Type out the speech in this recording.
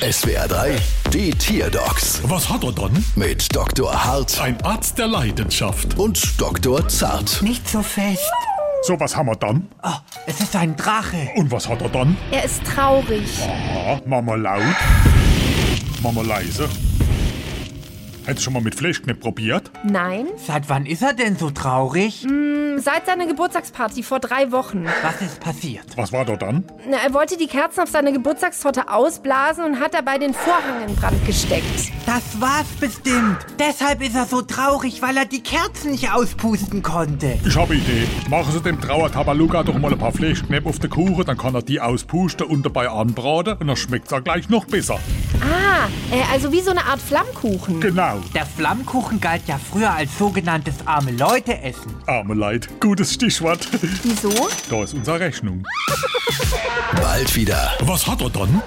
SWR 3, die Tierdocs Was hat er dann? mit Dr. Hart Ein Arzt der Leidenschaft. und Dr. Zart. Nicht so fest. So, was haben wir dann? Oh, es ist ein Drache. Und was hat er dann? Er ist traurig. Aha, Mama laut. Mama leise. Hättest du schon mal mit Fleischknepp probiert? Nein, Seit wann ist er denn so traurig? seit seiner Geburtstagsparty vor drei Wochen. Was ist passiert? Was war da dann? Na, er wollte die Kerzen auf seine Geburtstagstorte ausblasen und hat dabei den Vorhang in Brand gesteckt. Das war's bestimmt. Deshalb ist er so traurig, weil er die Kerzen nicht auspusten konnte. Ich habe Idee. Machen Sie dem Trauertabaluga doch mal ein paar Fleischknepp auf der Kuchen, dann kann er die auspusten und dabei anbraten und dann schmeckt's auch gleich noch besser. Ah, äh, also wie so eine Art Flammkuchen. Genau. Der Flammkuchen galt ja früher als sogenanntes arme Leute-Essen. Arme Leid. Gutes Stichwort. Wieso? Da ist unsere Rechnung. Bald wieder. Was hat er dann?